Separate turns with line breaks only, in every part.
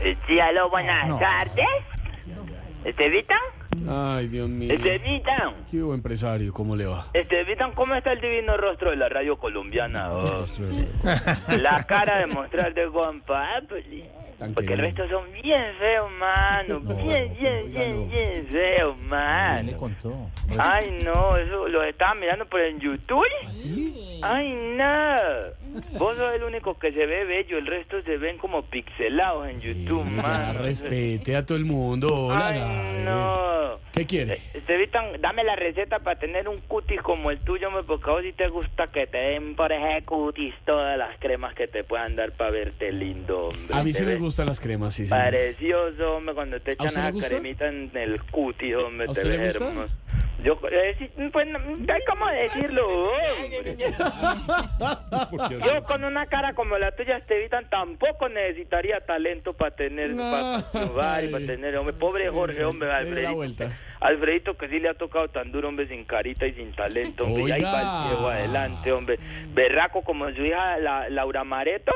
Eh, Sí, aló, buenas tardes. Estevita,
Ay, Dios mío.
Estevita,
Qué buen empresario, ¿cómo le va?
Estevita, ¿cómo está el divino rostro de la radio colombiana? Oh, la cara de mostrar de Juan Pablo.
Tan
Porque el
querido.
resto son bien feos, mano. Bien, bien, bien, bien feos,
le
mano.
contó.
Ay, no, eso lo estaba mirando por en YouTube.
¿Ah,
Ay, no. Vos sos el único que se ve bello, el resto se ven como pixelados en YouTube,
Ya,
mano.
respete a todo el mundo. hola,
Ay,
la-
no.
¿Qué quiere?
Estevitan, Este, dame la receta para tener un cutis como el tuyo, me porque a vos sí te gusta que te den por ese cutis todas las cremas que te puedan dar para verte lindo, hombre.
A mí
Te
sí me
ves
gustan las cremas, sí, sí.
Precioso, hombre, cuando te echan
usted le
esa
gusta?
cremita en el cutis, hombre,
¿A
te
usted le
ves
gusta?
hermoso. Yo, eh, sí, pues, no, ay, ¿cómo decirlo, hombre? Yo con una cara como la tuya, Estevitan, tampoco necesitaría talento para tener,
No.
para jugar y para tener, hombre. Pobre Jorge, hombre,
Le di la
Alfredito.
vuelta.
Alfredito que sí le ha tocado tan duro, hombre, sin carita y sin talento, hombre. Y ahí
Oiga.
va el ciego adelante, hombre. Berraco como su hija la- Laura Mareto,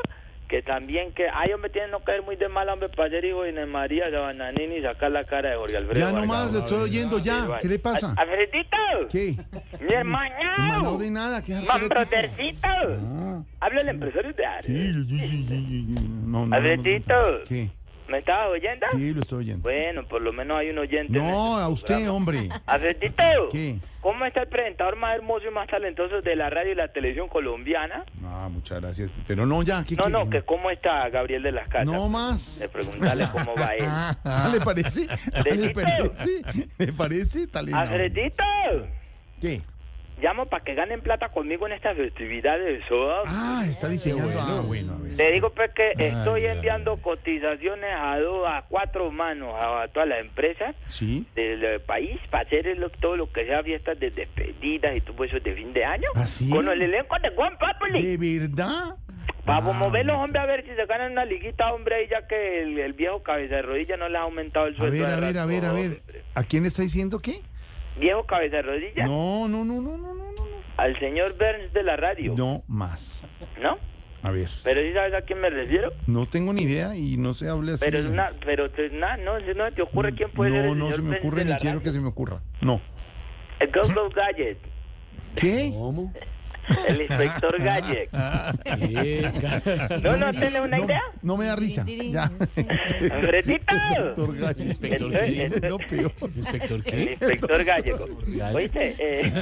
que también que, ay, hombre, tienen no caer muy de mal, hombre, para ser hijo de Inés María, la bananini y sacar la cara de Jorge Alfredo.
Ya
Vargas.
nomás, lo estoy oyendo
Sí,
ya.
vale.
¿Qué le pasa?
Al- Alfredito.
¿Qué?
Mi hermano.
Hermano de nada, qué
Man,
harto de ti.
brotercito. Habla el empresario de Ares.
Ah, Sí, sí, sí, sí, sí, sí. No, no, no,
Eh. Alfredito.
no. ¿Qué?
¿Me estabas oyendo?
Sí, lo estoy oyendo.
Bueno, por lo menos hay un oyente.
No,
en este
a usted,
programa.
hombre.
Alfredito,
¿Qué?
¿cómo está el presentador más hermoso y más talentoso de la radio y la televisión colombiana?
Ah, muchas gracias. Pero no, ya, ¿qué
No,
quiere?
no, que cómo está Gabriel de las Casas.
No más.
Le preguntarle cómo va él.
Ah, ¿Le parece? ¿Le
Alfredito.
parece? ¿Le parece? Talena.
Alfredito,
¿Qué?
llamo para que ganen plata conmigo en estas festividades. ¿oh?
Ah, está diseñando. Ah, bueno, a ver.
Te digo pues que
Ay,
estoy
ay,
enviando cotizaciones a dos, a cuatro manos a, a todas las empresas
Sí.
del eh, país para hacer el- todo lo que sea fiestas de despedidas y todo eso de fin de año.
¿Ah, sí?
Con el elenco de Juan Papoli.
¿De verdad?
Vamos
Ah,
a mover los hombres a ver si se ganan una liguita, hombre, ahí ya que el, el viejo cabeza de rodilla no le ha aumentado el
A
sueldo.
ver,
de
a ver, a
rato,
ver, a ver.
hombre.
¿A quién le está diciendo qué?
Viejo cabeza de rodilla,
No, no, no, no, no, no, no.
al señor Burns de la radio, ¿no?
No más. A ver.
Pero si sabes a quién me refiero.
No tengo ni idea y no se hable así.
Pero es una, pero te- na- no, si no te ocurre quién puede ser
No,
el
no se
señor
me
Burns
ocurre
de
ni
la
quiero que
radio.
se me ocurra. No.
El Go Go Gadget,
¿Qué?
¿Cómo?
el inspector Gadget.
¿Qué?
¿No, no, tenés una
Ah, No,
idea?
no me da risa. Ya.
¡Alfredito!
Doctor Gallo.
Inspector,
¿qué?
Lo peor.
¿Inspector
¿Eh?
El
qué?
inspector gallego. ¿Oíste? Eh,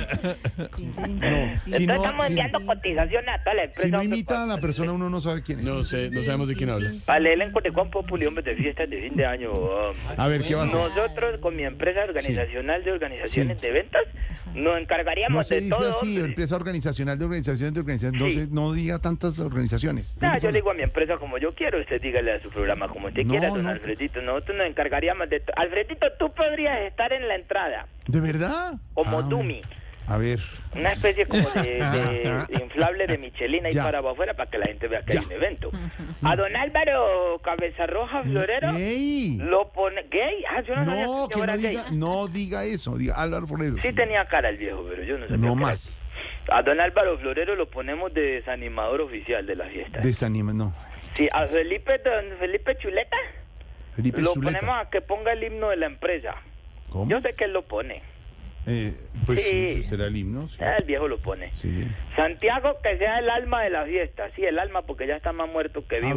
Si
entonces
no-
estamos
si-
enviando cotizaciones a toda la empresa.
Si no
hombre, pues.
imita a la
pa-
persona, uno no sabe quién es.
No sé, no sabemos de quién habla.
Para el elenco de Juan Populi, hombre, de fiestas de fin de año. hombre.
A ver, ¿qué va a hacer?
Nosotros, con mi empresa organizacional de organizaciones
Sí.
de ventas, nos encargaríamos
No se
de
dice
todo.
así,
hombre.
empresa organizacional de organizaciones de organizaciones. No,
Sí.
se- no diga tantas organizaciones.
No, yo le digo a mi empresa como yo quiero, usted dígale a su programa como usted
No,
quiera, don
no.
Alfredito. Nosotros nos encargaríamos de... to- Alfredito, tú podrías estar en la entrada,
¿De verdad?
como
Ah,
Dumi,
A ver.
una especie como de, de inflable de Michelina y
Ya.
para afuera para que la gente vea que
Ya.
hay un evento. A don Álvaro Cabeza Roja Florero
Mm, ¡Ey!
lo pone... ¿Gay? Ah, yo no, sabía
No, que
era
no
gay. Ah,
diga, no diga eso. Diga Álvaro Forero.
Sí tenía cara el viejo, pero yo no sabía
No
que era
más.
A don Álvaro Florero lo ponemos de desanimador oficial de la fiesta.
Desanima, no.
Sí, a Felipe, don Felipe Chuleta
Felipe
lo
Zuleta.
ponemos a que ponga el himno de la empresa.
¿Cómo?
Yo sé que él lo pone.
Eh, pues sí,
Sí.
pues será el himno. Sí.
Ah, El viejo lo pone.
Sí.
Santiago que sea el alma de la fiesta. Sí, el alma porque ya está más muerto que
A
vivo.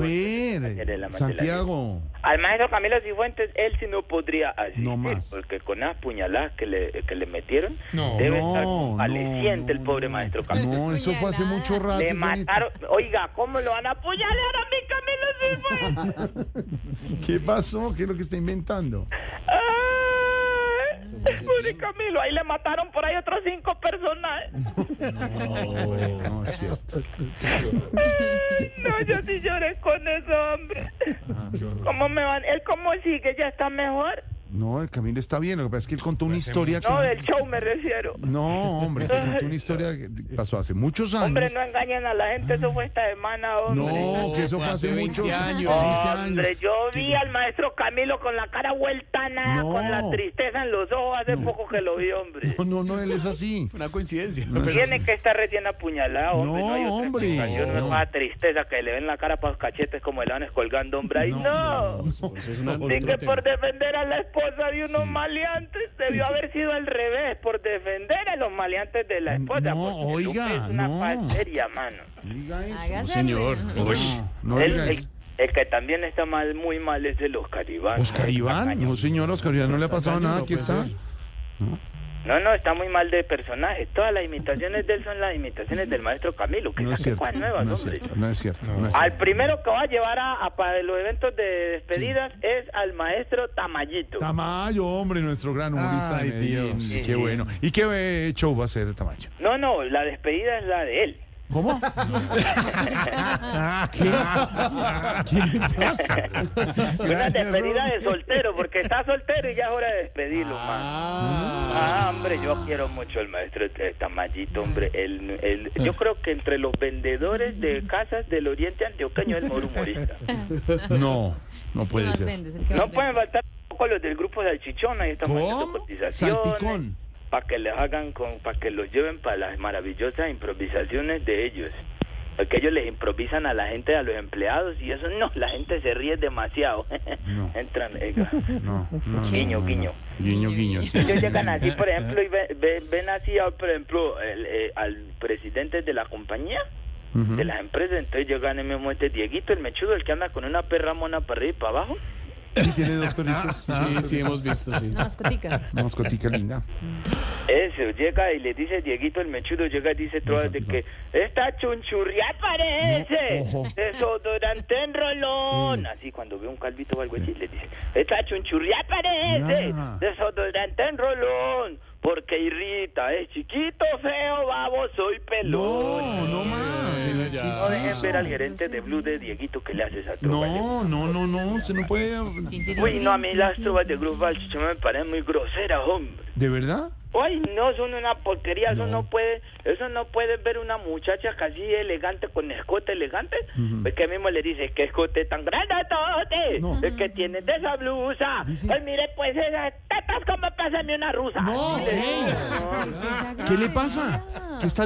Ayer el
ver, eh,
amante de la
Santiago.
fiesta. Al maestro Camilo Cifuentes, él sí no podría asistir,
No más.
porque con las puñaladas que le, que le metieron,
No.
debe estar
No,
convaleciente el
no,
pobre
no.
maestro Camilo.
No, eso fue hace mucho rato.
Le
fue en este-
mataron, oiga, ¿cómo lo van a apuñalar a mi Camilo Cifuentes?
¿Qué pasó? ¿Qué es lo que está inventando?
¡Ay! Pobre Camilo, ahí le mataron por ahí otros cinco personas.
No, es cierto.
No, yo
Ah,
sí lloré con ese hombre. ¿Cómo me van? ¿Él cómo sigue? ¿Ya está mejor?
No, el Camilo está bien. Lo que pasa es que él contó una historia.
No,
que-
del show me refiero.
No, hombre, que contó una historia que pasó hace muchos años.
Hombre, no engañen a la gente, eso fue esta semana, hombre.
No, que eso fue hace
20
muchos
años.
20 años.
Hombre, yo vi al maestro Camilo con la cara vuelta a nada,
No.
con la tristeza en los ojos hace poco que lo vi, hombre.
No, no, no, él es así.
Fue Una coincidencia.
Tiene que estar recién apuñalado, hombre.
No,
No, hay otra
hombre.
explicación, no
No.
es más tristeza que le ven la cara para los cachetes como el anes colgando, hombre. Ahí no.
Eso es una-
Así que
otro
por
tema.
defender a la esposa de unos maleantes debió haber sido al revés, por defender a los maleantes de la esposa.
No,
porque eso
oiga,
es una
no.
pasteria, mano.
Diga eso.
No,
Hágase.
señor.
No, no
el,
diga
el-
eso.
el que también está mal, muy mal es el Oscar Iván.
Oscar Iván, no señor, Oscar Iván no le ha pasado nada, aquí está.
No, no, está muy mal de personaje. Todas las imitaciones de él son las imitaciones del maestro Camilo, que
No es
saque
cierto,
cosas nuevas,
no es
hombre.
cierto, no es cierto. no es
Al
cierto.
primero que va a llevar a, a para los eventos de despedidas es al maestro Tamayito.
Tamayo, hombre, nuestro gran humorista
Ay,
de Medellín.
Dios.
Qué bueno. ¿Y qué eh, show va a ser Tamayo?
No, no, la despedida es la de él.
¿Cómo? ¿Qué? ¿Qué le pasa?
Una
Gracias,
despedida
Rubén.
de soltero, porque está soltero y ya es hora de despedirlo, man. Ah, hombre, yo quiero mucho al maestro eh, Tamayito, hombre. El, el, yo creo que entre los vendedores de casas del oriente antioqueño es el mejor humorista.
No, no puede
Más
ser.
vendes, el que
No
más
pueden
vendes.
faltar tampoco los del grupo Salchichón, ahí estamos haciendo
¿Cómo?
cotizaciones.
Salpicón.
Para que les hagan con, para que los lleven para las maravillosas improvisaciones de ellos. Porque ellos les improvisan a la gente, a los empleados, y eso no, la gente se ríe demasiado.
No.
Entran, eh, oiga,
No, no, no,
guiño,
no, no.
guiño.
Guiño, guiño. sí.
Ellos llegan así, por ejemplo, y ven, ven- ven así, a, por ejemplo, el, eh, al presidente de la compañía,
Ujú.
de las empresas, entonces llegan el mismo este Dieguito, el mechudo, el que anda con una perra mona para arriba y para abajo.
Sí, tiene dos perritos.
Sí, sí, hemos visto, sí.
No, mascotica.
Mascotica linda.
Eso, Eh, llega y le dice Dieguito el mechudo, llega y dice todo de que esta chunchurria parece
No, ojo.
desodorante en rolón. Así cuando ve un calvito o algo así le dice, esta chunchurria parece
Ah.
desodorante en rolón, porque irrita, es chiquito, feo, baboso y
No,
pelón.
no más.
Eh, ya.
No
¿qué es
dejen
eso?
ver al gerente de Blue de Dieguito que le hace esa trova.
No, no, no, no, usted no puede.
Tin, tin,
Uy, no, a mí
tin,
las
tin,
trovas de
tin,
Grupo Salchichón me parecen muy groseras, hombre.
¿De verdad?
Ay, no, son una porquería, eso no puede, eso no puede ver una muchacha casi elegante con escote elegante, porque mismo le dice, que escote tan grandote,
No.
el que tiene de esa blusa, ay mire pues esas tetas como pásame una rusa.
No,
Y le-
ey.
tin.
¿Qué le pasa? ¿Qué está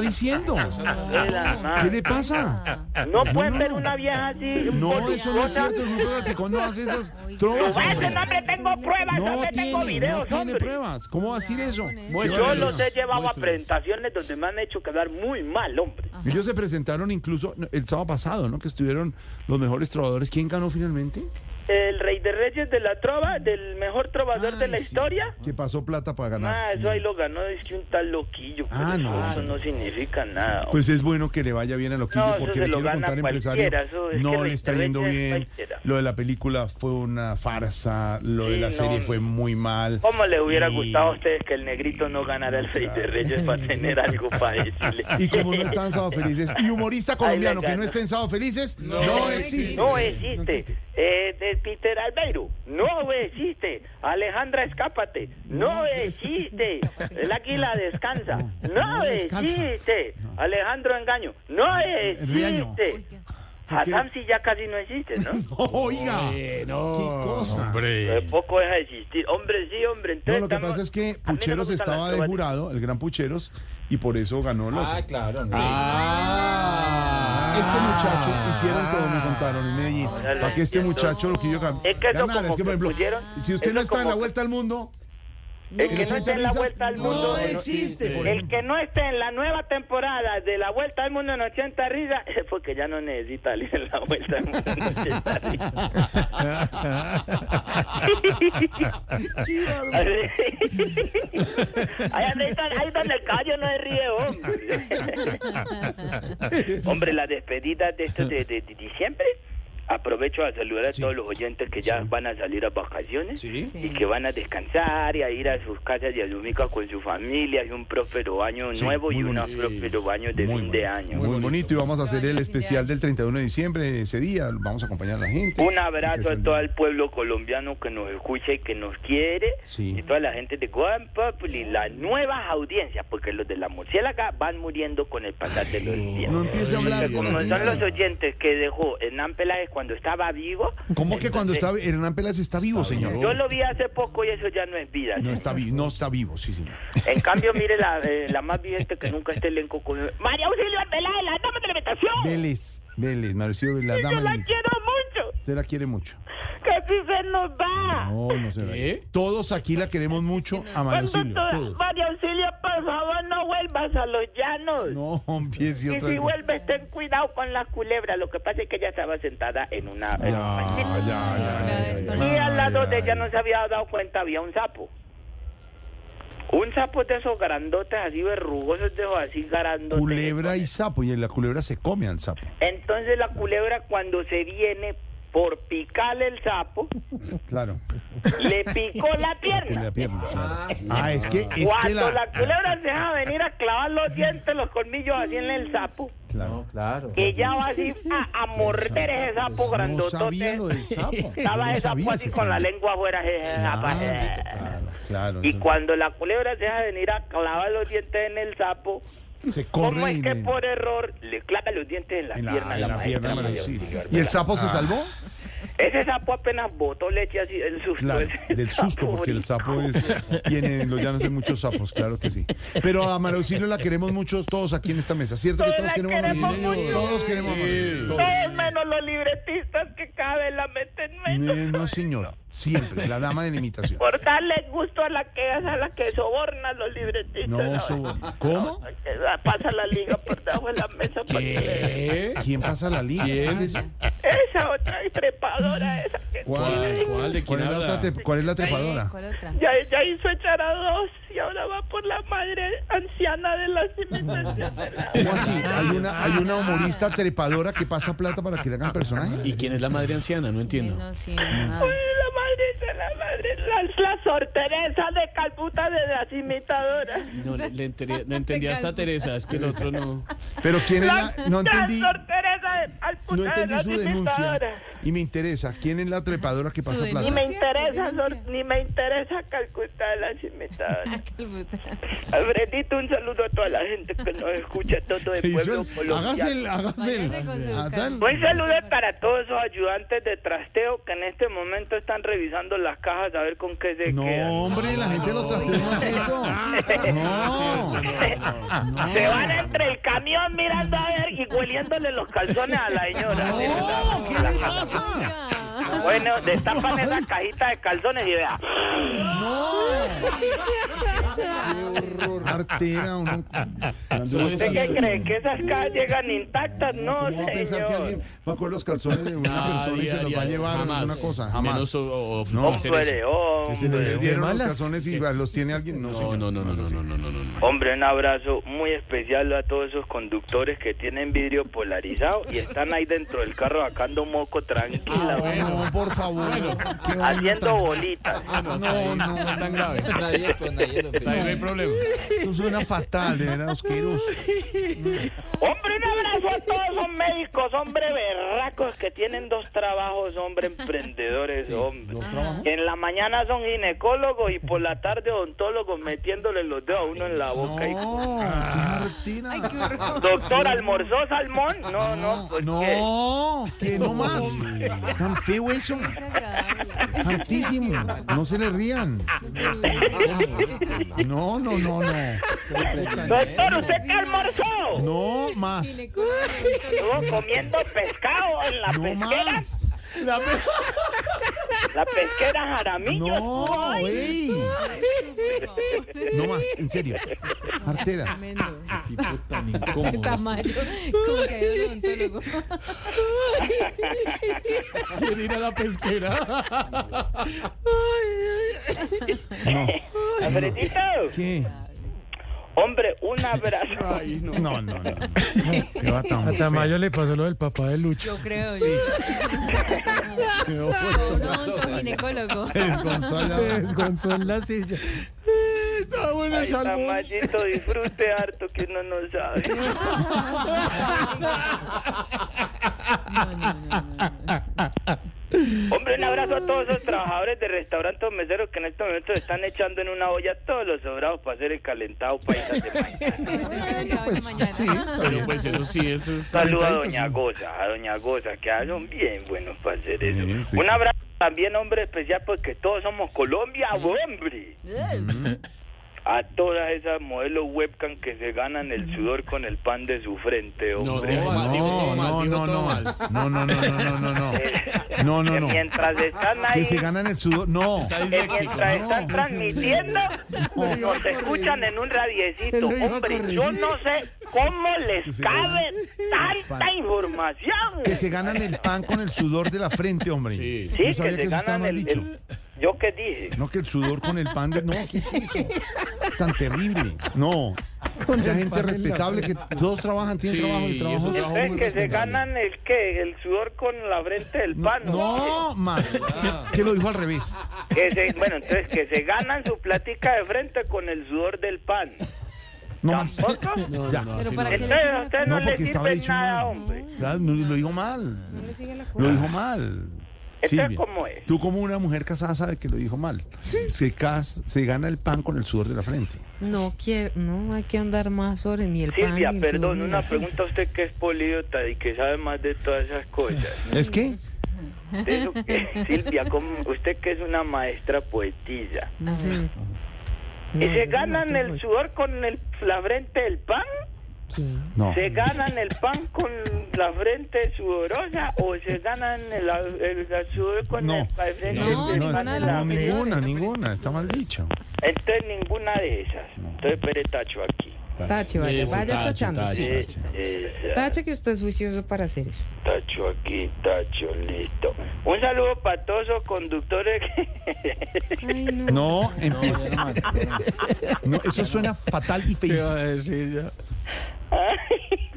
diciendo?
de la
¿Qué
madre.
le pasa?
No pueden
no,
ver
no.
una vieja así,
No, eso no es
voluptuosa.
cierto. que cuando hace esas
Lo
trovas.
ves,
hombre.
no, hombre, tengo pruebas,
No
hombre, tengo
tiene, no
videos,
tiene
hombre.
pruebas. ¿Cómo va a decir eso?
Yo
Muéstrenos.
los he llevado a
Muéstrenos.
presentaciones donde me han hecho quedar muy mal, hombre.
Ellos se presentaron incluso el sábado pasado, ¿no? Que estuvieron los mejores trovadores. ¿Quién ganó finalmente?
El rey de reyes de la trova, del mejor trovador de
Ay,
la
sí.
historia.
Que pasó plata para
Ah,
ganar.
eso ahí lo ganó, es que un tal loquillo.
Ah,
pero
no,
Eso
hombre.
no significa nada.
Pues es bueno que le vaya bien a Loquillo
No, eso
porque
se
le
lo
quiero
gana
contar empresario.
cualquiera, eso es que
No
lo
le está yendo
interesa
bien.
cualquiera.
Lo de la película fue una farsa, lo de
Sí,
la serie
no.
fue muy mal.
¿Cómo les hubiera
Y-
gustado a ustedes que el negrito no ganara el Rey de Reyes para tener algo para decirle?
Y como no están sábado felices. Y humorista colombiano que no
gana.
esté en sábado felices, no,
No
existe.
No existe. Eh, de Peter Albeiro, no existe. Alejandra Escápate, no existe. El Águila Descansa, no existe. Alejandro Engaño, no
Riaño.
existe. Hassan sí ya casi no existe, ¿no?
Oiga,
Eh,
qué
no.
cosa.
Eh,
Hombre.
poco deja de existir. Hombre, sí, hombre.
No,
Entonces
lo que
estamos-
pasa es
a mí
que
no me
Pucheros
gustan
estaba
las
de
trovas.
jurado, el gran Pucheros, y por eso ganó el otro.
claro.
Este muchacho hicieron todo, me contaron en Medellín.
Ahora
Para que este
Ah. entiendo.
muchacho lo que yo gan-
Es que eso
ganara.
como
Es que,
que
por ejemplo,
pusieron-
si usted
eso
no está en la
como-
vuelta al mundo,
El que no
Luchita
esté en la
Risas,
vuelta al
no
mundo. el-
existe, por
El
ejemplo.
que no esté en la nueva temporada de la Vuelta al Mundo en 80 risas es porque ya no necesita ir en la Vuelta al Mundo en 80 risas. Ahí donde está- ahí donde el caballo no se ríe, hombre. hombre, las despedidas de estos de, de- de diciembre Aprovecho a saludar a todos los oyentes que ya van a salir a vacaciones y que van a descansar y a ir a sus casas y a sus micas con su familia y un próspero año
Sí,
nuevo y
muy
un
bonito.
próspero año de
Muy
fin de
bonito,
año.
Muy bonito. y vamos a hacer el
Bonito.
especial del 31 de diciembre ese día. Vamos a acompañar a la gente.
Un abrazo a
Empezando.
todo el pueblo colombiano que nos escucha y que nos quiere.
Sí.
Y toda la gente de Guam Populi, las nuevas audiencias, porque los de la murciélaga van muriendo con el pasar de los días.
No empiece a hablar con
Como
la
son los
gente.
oyentes que dejó Hernán Peláez cuando estaba vivo.
¿Cómo que cuando
entonces,
está Hernán Pelas está vivo, señor?
Yo lo vi hace poco y eso ya no es vida.
No
señor.
está vivo, no está vivo, sí, señor.
En cambio, mire la, eh, la más vigente que nunca este elenco con... María Auxilio Peláez, la dama de la invitación.
Vélez, Vélez, Mauricio Vélez, la
Yo
dama.
la
del-
quiero mucho. Ah.
Usted la quiere mucho.
Casi se nos va.
No, no se
¿Qué?
vaya. Todos aquí la queremos mucho a
Cuando
Mauricio.
toda-
Todos.
María Auxilio, por favor, no vuelvas a los llanos.
No, empiece
Y
otra
si
vez.
vuelves, ten cuidado con las culebras. Lo que pasa es que ella estaba sentada en una... en un
Ya,
banquito.
ya, ya, ya, ya.
Y al lado de ella
Ay,
no se había dado cuenta, había un sapo. Un sapo de esos grandotes, así verrugosos, de esos así grandotes.
Culebra y sapo, y la culebra se come al sapo.
Entonces la culebra cuando se viene por picarle el sapo,
Claro,
le picó la
con la
pierna.
pierna. claro. Ah, es que, es que
Cuando
la.
la culebra se deja venir a clavar los dientes, los colmillos así en el sapo,
Ah, Claro.
ella va así a, a morder ese sapo
No sabía
grandotote.
lo del sapo.
Estaba
No
ese sapo
sabía
así
ese
con la
sapo.
lengua afuera. ese sapo así.
Claro, claro.
Y
eso-
cuando la culebra se deja venir a clavar los dientes en el sapo,
se
¿cómo
corre
es
y
que
le-
por error le clava los dientes en la
en la,
pierna a
en
la
la pierna
maestra María
Mauricio.
Auxilio
¿Y el
Arbeláez?
sapo se salvó?
Ese sapo apenas botó leche así del susto.
Claro,
ese
del susto, porque el sapo es. Tiene, los llanos hay muchos sapos, claro que sí. Pero a Maraucilio la queremos mucho todos aquí en esta mesa, ¿cierto? Que
Todos
todos
la
queremos a
queremos
Mauricio?
mucho.
Todos queremos a Mauricio.
Sí.
Todos menos los libretistas que cada vez la meten menos.
Eh, No, señor. Siempre, la dama de la imitación.
Por darle gusto a la que es a la que soborna a los libretistas.
No,
¿sabes?
so- ¿Cómo?
Que Pasa la liga por debajo de la mesa. porque-
¿Qué?
¿Quién pasa la liga?
¿Quién es eso?
Esa otra trepadora, esa que
¿Cuál? ¿Cuál? ¿De quién
¿Cuál es la,
habla?
otra trep- cuál es la trepadora?
¿Cuál otra?
ya, ya hizo echar a dos y ahora va por la madre anciana de las imitaciones.
¿Cómo así? Hay una, hay una humorista trepadora que pasa plata para que le hagan personaje.
¿Y quién es la madre anciana? No entiendo.
Menos cien, ah.
La madre de la madre, la, la Sor Teresa de Calputa de las imitadoras.
No, le, le enteré- no entendí hasta
calma.
Teresa, es que el otro no.
Pero quién es
La,
la. No entendí.
la Sor Teresa de Calputa
No
de
entendí
las
su denuncia.
imitadoras.
Y me interesa, ¿quién es la trepadora que pasa
Su
Ni me
plata?
denuncia.
interesa,
Cierto,
Sor- ni me interesa Calcuta de las imitadoras.
Calbuta.
Alfredito, un saludo a toda la gente que nos escucha, todo el
Se hizo
pueblo Pues
el-
colombiano.
Hágase el, hágase el.
Váyase con su
hágase el-
Un saludo para todos esos ayudantes de trasteo que en este momento están revisando las cajas a ver con qué se
No,
quedan.
hombre, la gente de los trasteos no hace eso. No.
Se van entre el camión mirando a ver y hueliéndole los calzones a la señora.
No, ¿qué le pasa?
Bueno, destapan esa cajita de calzones y vea.
Artera, uno.
Solo
¿Usted
es-
qué cree? ¿Que esas cajas llegan intactas? No,
¿Cómo va a pensar que alguien
señor.
va a coger los calzones de una
Ah,
persona y
día,
se los
día,
va a llevar
jamás.
una cosa? Jamás.
Menos o- o- o-
No.
hacer eso.
Hombre,
Que se les
hombre.
dieron los
malas.
calzones y los tiene alguien. No,
No,
señor.
no, no, no, no, no, no, no, no.
Hombre, un abrazo muy especial a todos esos conductores que tienen vidrio polarizado y están ahí dentro del carro sacando moco tranquila,
No, por favor. qué vaina
haciendo
tan-
bolitas.
Ah,
Ah, No, hasta ahí no, es tan grave.
Nadie, pues nadie lo
Hasta ahí no hay problema.
Eso suena fatal, de verdad, asqueroso.
Hombre, un abrazo a todos esos médicos, hombre, berracos que tienen dos trabajos, hombre, emprendedores, hombre.
¿Dos trabajos?
Que en la mañana son ginecólogos y por la tarde odontólogos metiéndole los dedos a uno en la boca. Y,
No, qué artera.
Doctor, ¿almorzó salmón? No, no, pues qué?
No, que no más. Tan feo eso. Hartísimo. No se le rían. No, no, no, no.
Doctor, ¿usted qué almorzó?
No más.
Estuvo comiendo pescado en la
No
pesquera,
más.
la pesquera Jaramillo.
No,
Ay,
ey. No más, en serio. Artera.
Tipo tan incómodo.
Tamayo, como que hay odontólogo.
¿Quién ir a la pesquera?
Alfredito,
¿Qué?
Hombre, un abrazo.
Ay, no.
No, no, no. Quedó tan
A
feo.
Tamayo le pasó lo del papá de Lucho.
Yo creo, yo.
Quedó
Con un
feo.
odontoginecólogo.
Se desgonzó allá.
Se desgonzó en la silla.
Estaba bueno
Ay,
el salmón.
Tamayito, disfrute harto que uno no sabe.
No, no, no, no.
Hombre, un abrazo a todos los trabajadores de restaurantes o meseros que en estos momentos están echando en una olla todos los sobrados para hacer el calentado paisa de mañana.
Bueno, pues, mañana.
Pero pues eso sí, eso es.
Saludo a Doña Goza, a Doña Goza, que son bien buenos para hacer eso.
Sí, sí.
Un abrazo también, hombre, especial porque todos somos Colombia, hombre. A todas esas modelos webcam que se ganan el sudor con el pan de su frente,
No,
hombre.
no,
No,
digo todo mal,
no,
digo
no,
todo
no.
mal.
No, no, no, no, no, no. No, no,
que
no.
mientras están ahí,
Que se ganan el sudor. No.
Está
que
disléxico.
mientras están
no.
transmitiendo, nos escuchan en un radiecito.
Lo iba a
Hombre,
corregir.
yo no sé cómo
Que
les
se
cabe tanta
pan.
información.
Que se ganan el pan con el sudor de la frente, hombre.
Sí.
Sí,
Yo
que
sabía
se
que eso está
ganan
mal
el,
dicho.
el- Yo qué dije.
No, que el sudor con el pan de... No, ¿qué es eso? Tan terrible. No. Esa
el
gente
pan en la
respetable que todos trabajan, tienen
Sí,
trabajo y
y
trabajo.
eso trabajo
Ustedes
muy
que se
respetable.
ganan el qué, el sudor con la frente del pan.
No, más.
Ah.
Que lo dijo al revés.
Que se- bueno, entonces que se ganan su platica de frente con el sudor del pan.
No más.
¿Tampoco?
No,
Ya.
no,
Pero
así
para
no.
qué
Entonces a ustedes no,
No,
les
porque estaba
sirve
dicho
nada,
mal.
hombre.
Ya, no, lo dijo mal.
No le sigue la
Lo
cuerda.
dijo mal.
Entonces,
Silvia,
¿cómo es?
Tú como una mujer casada sabes que lo dijo mal. Se, cas- se gana el pan con el sudor de la frente.
No quiero, no hay que andar más sobre ni el pan.
Silvia,
ni el sudor,
perdón,
ni
una
la-
pregunta a usted que es políota y que sabe más de todas esas cosas.
¿Es que?
De eso que- Silvia, ¿cómo- usted que es una maestra poetisa,
No, no.
¿y
No,
se
eso sí no
ganan
estoy
el
muy-
sudor con el, la frente del pan?
¿Qué?
No.
¿Se ganan el pan con la frente sudorosa o se ganan el, el- el sudor con
No.
el la frente
No,
del
no,
ninguna
pan
de
en
las
la
no,
frente?
anteriores.
ninguna, ninguna. Está mal dicho.
Entonces ninguna de esas. Entonces Pérez Tacho aquí.
Tache, vaya,
Eso,
vaya
tache,
tachando.
tache,
sí.
Eh, eh,
Tache que usted es juicioso para hacer eso.
Tacho aquí, Tacho, listo. Un saludo para todos los conductores. que-
Ay, no.
No, empieza. No, eso suena fatal y
¿Qué iba
feísimo.
a decir ya?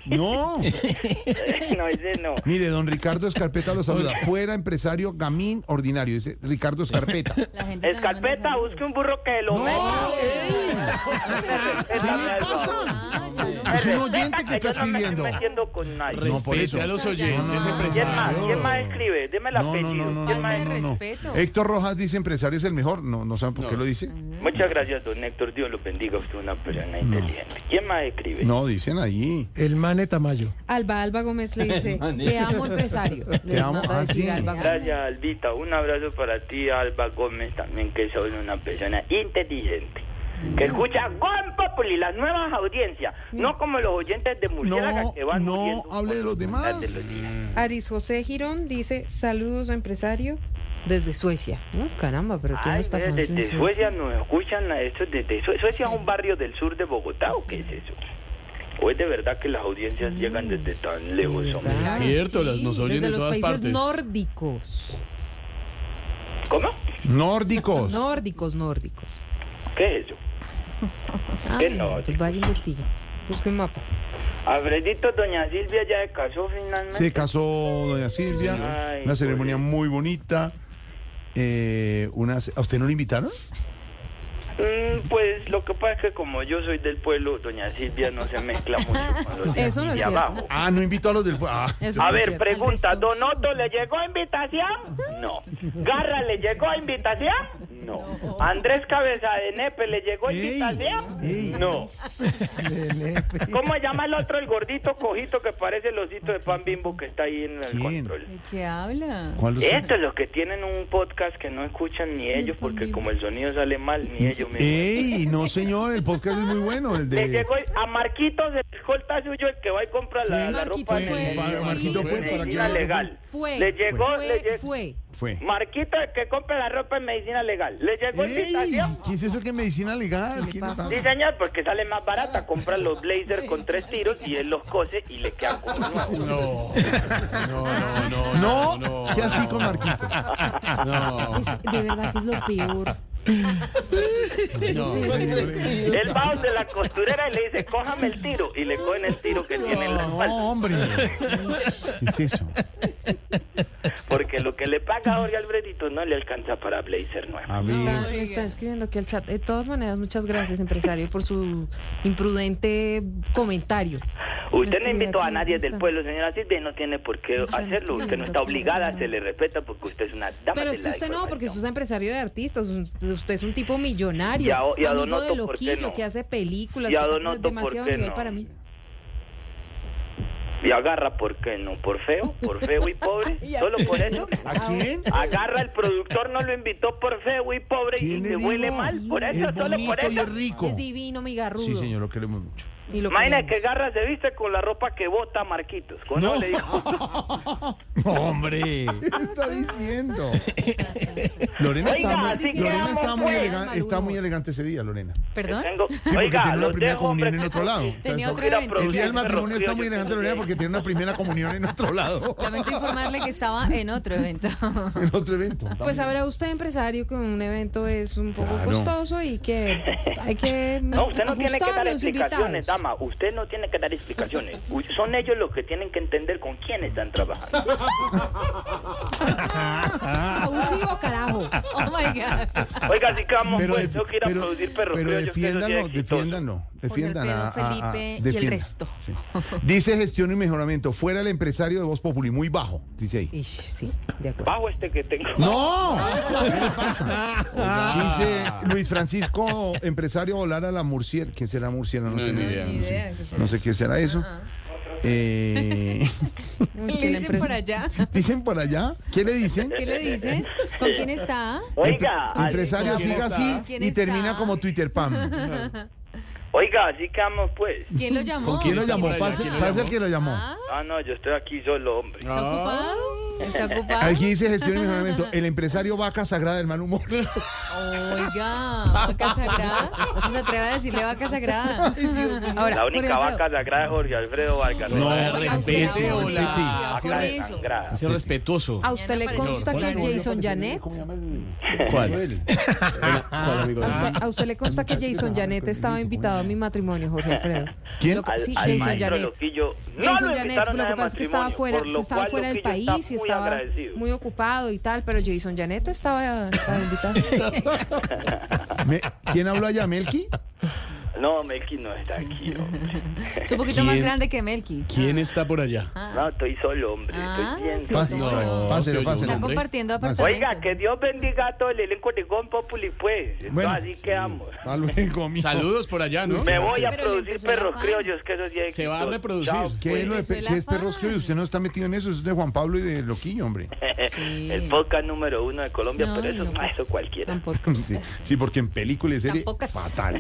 No.
no, ese no.
Mire, don Ricardo Escarpeta lo saluda. Fuera empresario gamín ordinario. Dice Ricardo Escarpeta.
La gente también manda
Escarpeta,
saludos.
busque un burro que lo meta. Respétame, Álvaro.
Ah, ya lo-
Es un oyente que
Respeta,
está
yo no me estoy
escribiendo.
metiendo con nadie.
No, por eso.
Respete a los oyentes,
No, no, no, no.
¿Quién más?
empresario.
¿Quién más escribe? Deme el
No, no,
apellido.
no, no,
¿Quién
no,
más
no,
escribe?
no.
Respeto.
Héctor Rojas dice empresario es el mejor. No, no saben por qué
No.
lo dice.
Muchas gracias, don Héctor. Dios lo bendiga. Usted es una persona inteligente. ¿Quién más escribe?
No, dicen allí.
El mane Tamayo.
Alba, Alba Gómez le dice, te amo empresario.
Te amo, ah, sí.
Gracias, Albita. Un abrazo para ti, Alba Gómez, también que soy una persona inteligente. Que escucha Gol Populi, las nuevas audiencias, no como los oyentes de Murciélaga
No,
que van
no
muriendo
hable de
con
los
el
demás.
andar de los días.
Aris José Girón dice, saludos empresario desde Suecia. No, caramba, pero ¿quién no
Ay,
está
mira,
famoso en
desde Suecia nos escuchan a estos desde Sue- Suecia es un barrio del sur de Bogotá o qué es eso? ¿O es de verdad que las audiencias llegan desde tan lejos?
De
hombre?
verdad,
cierto, las- nos oyen
desde
de
los
todas
países
partes.
nórdicos.
¿Cómo?
Nórdicos.
Nórdicos, nórdicos.
¿Qué es eso? ¿Qué
Ay,
nórdicos?
Pues vaya investiga. Busque un mapa.
Alfredito, doña Silvia ya se casó finalmente.
Se casó doña Silvia.
Sí, señor. Ay,
una ceremonia
pobre.
muy bonita. Eh, una ce- ¿A usted no lo invitaron?
Mm, pues lo que pasa es que como yo soy del pueblo, doña Silvia no se mezcla mucho con los de
Eso no
aquí
es
de
cierto.
abajo.
Ah, no invitó a los del... Ah.
Eso
A
no es
ver,
cierto.
pregunta,
Al resto-
¿Don Otto le llegó invitación? No. ¿Garra le llegó invitación? No. ¿Andrés Cabeza de Nepe le llegó
Ey,
invitación?
ey.
No. ¿Cómo se llama el otro, el gordito cojito que parece el osito de pan bimbo que está ahí en el
¿Quién?
control?
¿De qué habla?
¿Cuál lo sabe?
Estos los que tienen un podcast que no escuchan ni ellos porque como el sonido sale mal, ni ellos mismos.
Ey, no señor, el podcast es muy bueno, el
Le
de...
llegó a Marquitos, el escolta suyo, el que va y compra la,
Este, Sí,
la ropa en el-
fue,
Marquito
sí,
en
Marquito
la
fue, para
medicina
que-
legal.
Fue.
Le llegó,
fue,
le llegó.
fue.
Fue.
Marquito, el que compra la ropa en medicina legal. Le llegó
Ey,
invitación.
¿Qué es eso que medicina legal?
¿Qué le
¿Quién le
pasa?
pasa?
Sí, señor, porque sale más barata. Compra los blazers con tres tiros y él los cose y le quedan como nuevos.
No, no, no, no.
No, sea así con Marquito.
Ah, No.
Es- de verdad que es lo peor.
Él va donde la costurera y le dice, cójame el tiro. Y le cogen el tiro que tiene en la
No,
espalda.
hombre. ¿Qué es eso?
Porque lo que le paga a Jorge Alfredito no le alcanza para blazer nuevo.
A
Ah.
Está-
ver.
me está escribiendo aquí al chat. De todas maneras, muchas gracias, empresario, por su imprudente comentario.
Usted no
escribe
invitó a
Pues aquí, Pues
nadie
está.
del pueblo, señora Silvia, y no tiene por qué
Está
hacerlo. Usted no está
escribiendo,
obligada,
está
se le respeta porque usted es una dama
Pero
de
es que
la
usted no, porque usted es
información.
empresario de artistas, usted usted es un tipo millonario,
Y a- y a
amigo
Donoto, ¿por
de
qué
Loquillo,
no?
que hace películas,
Y a
que-
Donoto,
demasiado
¿por qué
nivel
no?
para mí.
Y agarra, ¿por qué no? ¿Por feo? ¿Por feo y pobre?
Y a-
¿Solo por eso?
¿A quién?
Agarra, el productor no lo invitó por feo y pobre y
¿Quién le
le
dijo?
huele mal. Por eso,
Es
solo por
bonito y
eso.
es rico.
Es divino, mi garrudo.
Sí, señor, lo queremos mucho.
y lo
Imagina
queremos.
que Garra se viste con la ropa que bota Marquitos. Con
No.
eso le dijo,
Hombre.
¿Qué está diciendo? Lorena
Oiga,
está,
así
muy, Lorena
quedamos,
está, muy,
pues.
elegan- está muy elegante ese día, Lorena.
¿Perdón?
tengo...
Sí, porque
Oiga,
tiene una
los
primera
dejo, hombre.
comunión en otro lado.
Tenía
Entonces,
otro
Hubiera
evento.
El día
producido
del matrimonio
Rocío,
está muy
yo
elegante,
creo
Lorena,
que-
porque tiene una primera comunión en otro lado.
Lamento informarle que estaba en otro evento.
En otro evento.
Pues
también.
habrá usted empresario que un evento es un poco
Claro.
costoso y que hay que
No, usted no tiene que
ajustar
dar
los
explicaciones,
invitados.
dama. Usted no tiene que dar explicaciones. U- Son ellos los que tienen que entender con quién están trabajando.
Abusivo, carajo.
Oh my God.
Oiga, si vamos,
Pero,
pues,
defi-
tengo que ir a
pero-
producir perros
pero
criollos, que eso sí es
defiéndanlo,
exitoso.
defiéndanlo, defiéndanlo.
Pedro,
a- a- a-
Felipe y el
defienda.
resto.
Sí. Dice gestión y mejoramiento. Fuera el empresario de Voz Populi, muy bajo, dice ahí.
Ish, sí, de acuerdo.
Bajo este que tengo.
¡No! ¿Qué le pasa? Dice Luis Francisco, empresario volar a la Murciel. ¿Quién será Murciel? No,
No,
tengo
ni idea.
Ni idea. que se-
No sé qué será eso. Eh,
Uy, que
¿Qué
la
le dicen por
empresa-
allá?
dicen por allá. ¿Qué le dicen?
¿Qué le dicen? ¿Con quién está?
Oiga,
Empre- empresario
así,
¿Quién
siga
está?
así
¿Quién
y
está?
termina como Twitter Pam.
oiga, así que vamos, pues.
¿Quién lo llamó?
¿Con quién lo llamó?
¿Quién lo
Pase,
llamó?
pase el que lo llamó.
Ah,
Ah, no, yo estoy aquí solo, hombre.
¿Está ocupado? ¿Está ocupado?
Aquí dice gestión y mejoramiento. El empresario vaca sagrada del mal humor.
Oiga, vaca sagrada. No se atreve a decirle vaca sagrada.
Ahora,
La
por
única
ejemplo,
vaca sagrada es Jorge Alfredo Vargas.
No,
Llosa.
Oiga,
respete,
usted,
hola.
oiga,
Vaca
Por eso.
desangrada.
Sea respetuoso.
¿A usted le
Señor,
consta que Jason Janet?
¿Cuál?
¿A usted le consta que Jason Janet estaba invitado a mi matrimonio, Jorge Alfredo?
¿Quién?
Lo-
Al,
sí,
al
Jason
maestro
Janet.
Loquillo no
Jason
lo
Janet, pues,
invitaron
lo
a
que
ese
pasa es que estaba
matrimonio,
fuera,
por lo
estaba
cual
fuera del
Loquillo
país
está
y
muy
estaba
agradecido.
muy ocupado y tal, pero Jason Janet estaba, estaba invitado. Ah.
Me- ¿Quién habló allá? ¿Melqui?
No, Melqui no está aquí, hombre.
Es un poquito más
¿Quién?
grande que Melky.
¿Quién está por allá?
Ah,
No, estoy solo, hombre.
Ah,
Estoy bien.
sí,
solo.
Páselo,
No,
páselo,
se oyó,
páselo.
Está
hombre.
compartiendo apartamento.
Oiga, que Dios bendiga a todo el elenco de Gon Populi, pues. Entonces,
Bueno,
así quedamos.
Hasta luego, mijo.
Saludos por allá, ¿no?
Me voy a
Pero le
producir
empezó el
perros
afán.
criollos, que eso sí es
Se va a
exitoso.
reproducir.
Chao,
¿Qué
pues.
es, lo de,
Eso
pe-
es la
qué es perros
fama.
criollos? Usted no está metido en eso, eso es de Juan Pablo y de Loquillo, hombre.
El podcast número uno de Colombia,
No,
pero eso
no, pues.
es eso cualquiera.
Tampoco.
Sí, sí, porque en películas y series,
Tampoco es-
fatal.